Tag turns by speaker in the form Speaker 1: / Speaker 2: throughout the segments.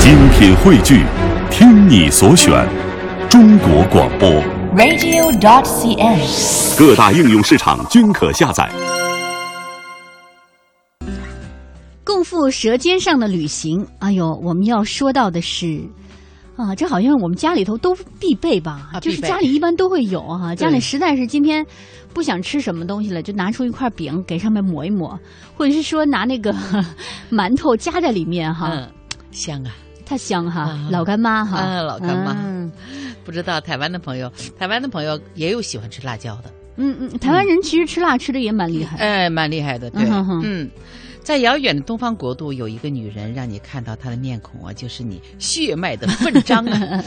Speaker 1: 精品汇聚，听你所选，中国广播。
Speaker 2: radio.cn
Speaker 1: 各大应用市场均可下载。
Speaker 3: 共赴舌尖上的旅行，哎呦，我们要说到的是，啊，这好像我们家里头都必备吧，
Speaker 4: 啊
Speaker 3: 就是
Speaker 4: 必备
Speaker 3: 家里一般都会有哈、家里
Speaker 4: 对
Speaker 3: 实在是今天不想吃什么东西了，就拿出一块饼给上面抹一抹，或者是说拿那个 馒头夹在里面哈，
Speaker 4: 嗯，香啊！
Speaker 3: 太香哈，
Speaker 4: 啊
Speaker 3: 老干妈哈，
Speaker 4: 啊，老干妈，
Speaker 3: 嗯
Speaker 4: 不知道台湾的朋友，台湾的朋友也有喜欢吃辣椒的，
Speaker 3: 嗯嗯，台湾人其实吃辣吃的也蛮厉害，
Speaker 4: 哎，蛮厉害的，对，
Speaker 3: 嗯哼哼
Speaker 4: 嗯。在遥远的东方国度，有一个女人，让你看到她的面孔啊，就是你血脉的奋张啊，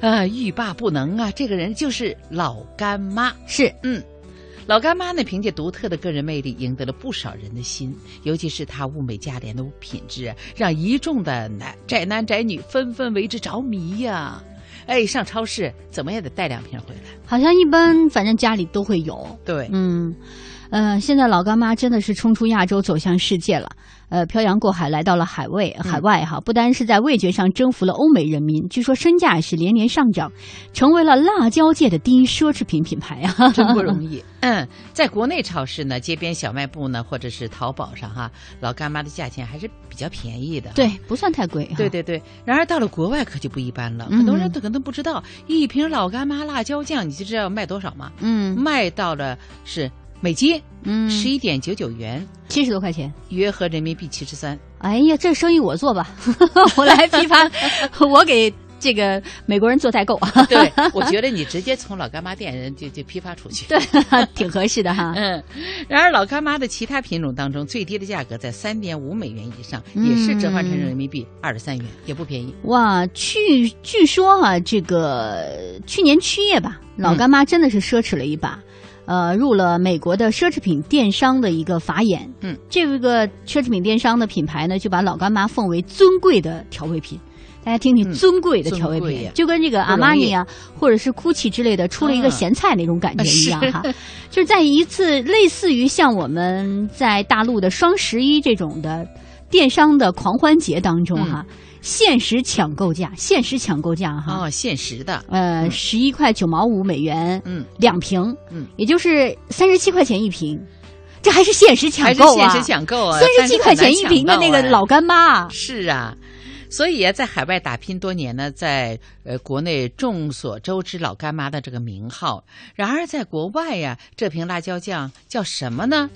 Speaker 4: 啊，欲罢不能啊！这个人就是老干妈。
Speaker 3: 是
Speaker 4: 嗯，老干妈呢，凭借独特的个人魅力，赢得了不少人的心。尤其是她物美价廉的品质啊，让一众的男宅男宅女纷纷为之着迷呀、哎，上超市怎么也得带两瓶回来。
Speaker 3: 好像一般反正家里都会有，
Speaker 4: 对，
Speaker 3: 嗯，呃，现在老干妈真的是冲出亚洲走向世界了。呃，漂洋过海来到了海外，海外哈，不单是在味觉上征服了欧美人民，据说身价也是连年上涨，成为了辣椒界的第一奢侈品品牌啊！
Speaker 4: 真不容易。 嗯，在国内超市呢，街边小卖部呢，或者是淘宝上哈，老干妈的价钱还是比较便宜的。。
Speaker 3: 对，不算太贵哈。啊
Speaker 4: 对对对，然而到了国外可就不一般了，
Speaker 3: 嗯
Speaker 4: 很多人都可能不知道，一瓶老干妈辣椒酱，你就知道卖多少吗？
Speaker 3: 嗯，
Speaker 4: 卖到了是每斤
Speaker 3: 嗯
Speaker 4: 十一点九九元，
Speaker 3: 七十多块钱。
Speaker 4: 约合人民币七 十三。
Speaker 3: 哎呀，这生意我做吧， 我来批发， 我给这个美国人做代购，
Speaker 4: 对，我觉得你直接从老干妈店就就批发出去。
Speaker 3: 对，挺合适的哈。
Speaker 4: 嗯，然而老干妈的其他品种当中，最低的价格在三点五美元以上，也是折换成人民
Speaker 3: 嗯
Speaker 4: 币二十三元，也不便 宜。
Speaker 3: 哇，据据说哈、这个呃去年七月吧，老干妈真的是奢侈了一把，
Speaker 4: 嗯
Speaker 3: 呃，入了美国的奢侈品电商的一个法眼。
Speaker 4: 嗯，
Speaker 3: 这个奢侈品电商的品牌呢，就把老干妈奉为尊贵的调味品。大家听听，
Speaker 4: 嗯
Speaker 3: 尊贵的调味
Speaker 4: 尊贵
Speaker 3: 品
Speaker 4: 呀，
Speaker 3: 就跟这个阿玛尼啊，或者是 GUCCI 之类的出了一个
Speaker 4: 啊
Speaker 3: 咸菜那种感觉一样啊哈，就是在一次类似于像我们在大陆的双十一这种的电商的狂欢节当中哈，限时抢购价，限时抢购价哈，
Speaker 4: 嗯哦，限时的，
Speaker 3: 呃，十一块九毛五美元，
Speaker 4: 嗯，
Speaker 3: 两瓶，
Speaker 4: 嗯，
Speaker 3: 也就是三十七块钱一瓶，这还是限时抢
Speaker 4: 还是
Speaker 3: 购
Speaker 4: 限
Speaker 3: 啊，
Speaker 4: 时抢购啊，
Speaker 3: 三十七块钱一瓶的那个老干妈啊，
Speaker 4: 是啊。所以啊，在海外打拼多年呢，在呃国内众所周知老干妈的这个名号，然而在国外呀、这瓶辣椒酱叫什么呢？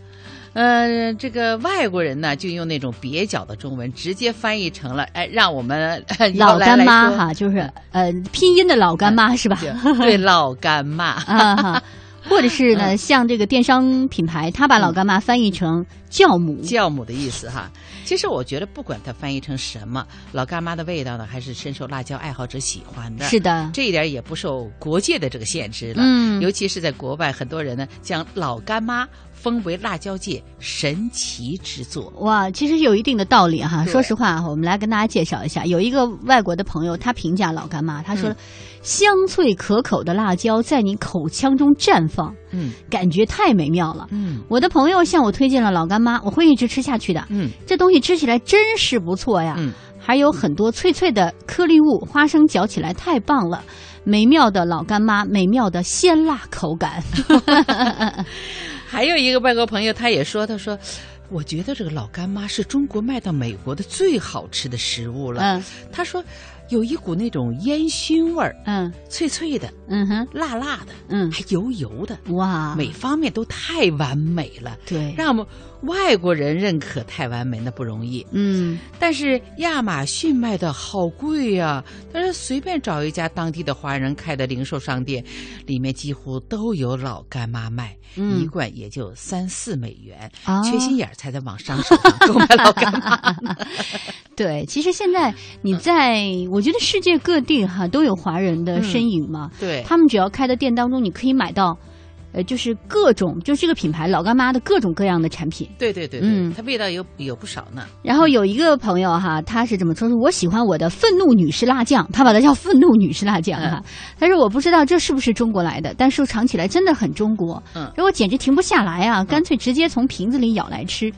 Speaker 4: 呃，这个外国人呢，就用那种蹩脚的中文直接翻译成了，哎，让我们以后
Speaker 3: 老
Speaker 4: 来
Speaker 3: 干妈
Speaker 4: 来说
Speaker 3: 哈，就是呃拼音的老干
Speaker 4: 嗯
Speaker 3: 妈是吧？
Speaker 4: 就对老干妈，
Speaker 3: 啊 哈，或者是
Speaker 4: 嗯
Speaker 3: 呢，像这个电商品牌，他把老干妈翻译成酵母，
Speaker 4: 酵母的意思哈。其实我觉得，不管它翻译成什么，老干妈的味道呢，还是深受辣椒爱好者喜欢的。
Speaker 3: 是的，
Speaker 4: 这一点也不受国界的这个限制了。
Speaker 3: 嗯
Speaker 4: 尤其是在国外，很多人呢将老干妈封为辣椒界神奇之作。
Speaker 3: 哇，其实有一定的道理哈。
Speaker 4: 对
Speaker 3: 说实话，我们来跟大家介绍一下，有一个外国的朋友，他评价老干
Speaker 4: 嗯
Speaker 3: 妈，他说：“香脆可口的辣椒在你口腔中绽放，
Speaker 4: 嗯
Speaker 3: 感觉太美妙了。”
Speaker 4: 嗯
Speaker 3: 我的朋友向我推荐了老干妈，我会一直吃下去的。
Speaker 4: 嗯
Speaker 3: 这东西吃起来真是不错呀，
Speaker 4: 嗯
Speaker 3: 还有很多脆脆的颗粒物，花生嚼起来太棒了。美妙的老干妈，美妙的鲜辣口感，
Speaker 4: 还有一个外国朋友，他也说，他说。我觉得这个老干妈是中国卖到美国的最好吃的食物了。
Speaker 3: 嗯
Speaker 4: 他说，有一股那种烟熏味儿，
Speaker 3: 嗯
Speaker 4: 脆脆的、
Speaker 3: 嗯哼
Speaker 4: 辣辣的，
Speaker 3: 嗯，
Speaker 4: 还油油的，
Speaker 3: 哇，
Speaker 4: 每方面都太完美了，
Speaker 3: 对，
Speaker 4: 让我们外国人认可太完美那不容易。
Speaker 3: 嗯
Speaker 4: 但是亚马逊卖的好贵呀、但是随便找一家当地的华人开的零售商店，里面几乎都有老干妈卖，
Speaker 3: 嗯
Speaker 4: 一罐也就三四美元，
Speaker 3: 啊，
Speaker 4: 缺心眼儿才在网上手上购买老干 妈。
Speaker 3: 对，其实现在你在，我觉得世界各地哈都有华人的身影嘛。
Speaker 4: 对，
Speaker 3: 他们只要开的店当中，你可以买到，呃，就是各种，就是这个品牌老干妈的各种各样的产品。
Speaker 4: 对对对
Speaker 3: 嗯
Speaker 4: 对，它味道有有不少呢。
Speaker 3: 然后有一个朋友哈，他是这么说：，说我喜欢我的愤怒女士辣酱，他把它叫愤怒女士辣酱
Speaker 4: 嗯
Speaker 3: 哈。他说我不知道这是不是中国来的，但是尝起来真的很中国，
Speaker 4: 嗯
Speaker 3: 我简直停不下来啊，干脆直接从瓶子里�咬来吃，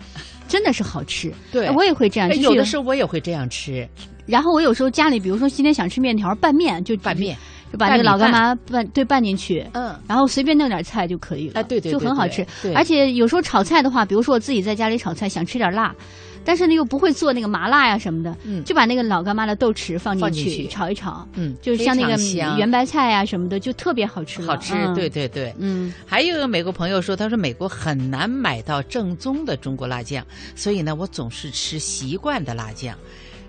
Speaker 3: 真的是好吃。
Speaker 4: 嗯对
Speaker 3: 哎我也会这样，
Speaker 4: 哎
Speaker 3: 就是
Speaker 4: 有的时候我也会这样吃，
Speaker 3: 然后我有时候家里，比如说今天想吃面条，拌面就
Speaker 4: 拌面，
Speaker 3: 就把那个
Speaker 4: 拌米
Speaker 3: 老干
Speaker 4: 饭
Speaker 3: 妈拌对拌进去，
Speaker 4: 嗯，
Speaker 3: 然后随便弄点菜就可以了，
Speaker 4: 哎对对
Speaker 3: 就
Speaker 4: 对
Speaker 3: 很好
Speaker 4: 对
Speaker 3: 吃。
Speaker 4: 对
Speaker 3: 而且有时候炒菜的话，比如说我自己在家里炒菜，想吃点辣，但是呢又不会做那个麻辣呀、什么的，
Speaker 4: 嗯
Speaker 3: 就把那个老干妈的豆豉放
Speaker 4: 放
Speaker 3: 进
Speaker 4: 进
Speaker 3: 去
Speaker 4: 去
Speaker 3: 炒一炒，
Speaker 4: 嗯，
Speaker 3: 就像那个
Speaker 4: 非常香
Speaker 3: 圆白菜呀、什么的，就特别好吃了。
Speaker 4: 好吃，
Speaker 3: 嗯
Speaker 4: 对，对对。
Speaker 3: 嗯，
Speaker 4: 还有一个美国朋友说，他说美国很难买到正宗的中国辣酱，所以呢，我总是吃习惯的辣酱。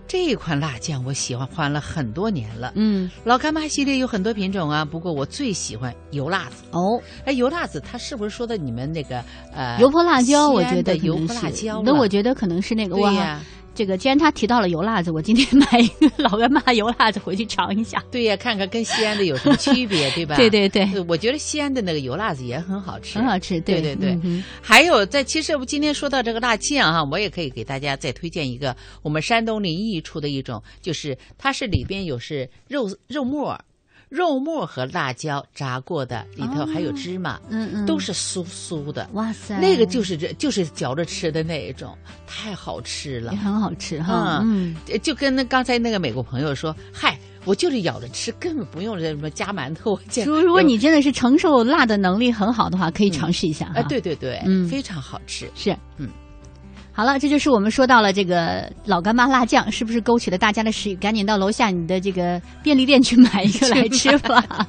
Speaker 4: 这款辣酱我喜欢了很多年了。
Speaker 3: 嗯，
Speaker 4: 老干妈系列有很多品种啊，不过我最喜欢油辣子。
Speaker 3: 哦，
Speaker 4: 哎，油辣子它是不是说的你们那个呃
Speaker 3: 油泼辣椒，我
Speaker 4: 西安
Speaker 3: 觉得
Speaker 4: 的
Speaker 3: 可
Speaker 4: 油
Speaker 3: 能
Speaker 4: 泼辣
Speaker 3: 是
Speaker 4: 椒，了？啊
Speaker 3: 那我觉得可能是那个
Speaker 4: 对
Speaker 3: 哇，
Speaker 4: 呀、
Speaker 3: 这个既然他提到了油辣子，我今天买一个老干妈油辣子回去尝一下。
Speaker 4: 对呀、看看跟西安的有什么区别，对 吧？
Speaker 3: 对对对，
Speaker 4: 呃我觉得西安的那个油辣子也很好吃，啊
Speaker 3: 很好吃，
Speaker 4: 对对对
Speaker 3: 嗯哼
Speaker 4: 还有在，其实我今天说到这个辣酱哈、我也可以给大家再推荐一个我们山东临沂出的一种，就是它是里边有是肉肉末儿、肉末儿和辣椒炸过的，里头还有芝麻，
Speaker 3: 嗯嗯，
Speaker 4: 都是酥酥的，
Speaker 3: 哇塞，
Speaker 4: 那个就是这就是嚼着吃的那一种，太好吃了
Speaker 3: 也。很好吃哈，嗯，
Speaker 4: 呃就跟那刚才那个美国朋友说，嗨，我就是咬着吃，根本不用什么加馒头。加
Speaker 3: 如如果你真的是承受辣的能力很好的话，可以
Speaker 4: 嗯
Speaker 3: 尝试一下哈。
Speaker 4: 啊，对对对，
Speaker 3: 嗯
Speaker 4: 非常好吃。
Speaker 3: 是，
Speaker 4: 嗯。
Speaker 3: 好了，这就是我们说到了这个老干妈辣酱，是不是 勾起了大家的食欲？赶紧到楼下你的这个便利店去买一个来吃吧。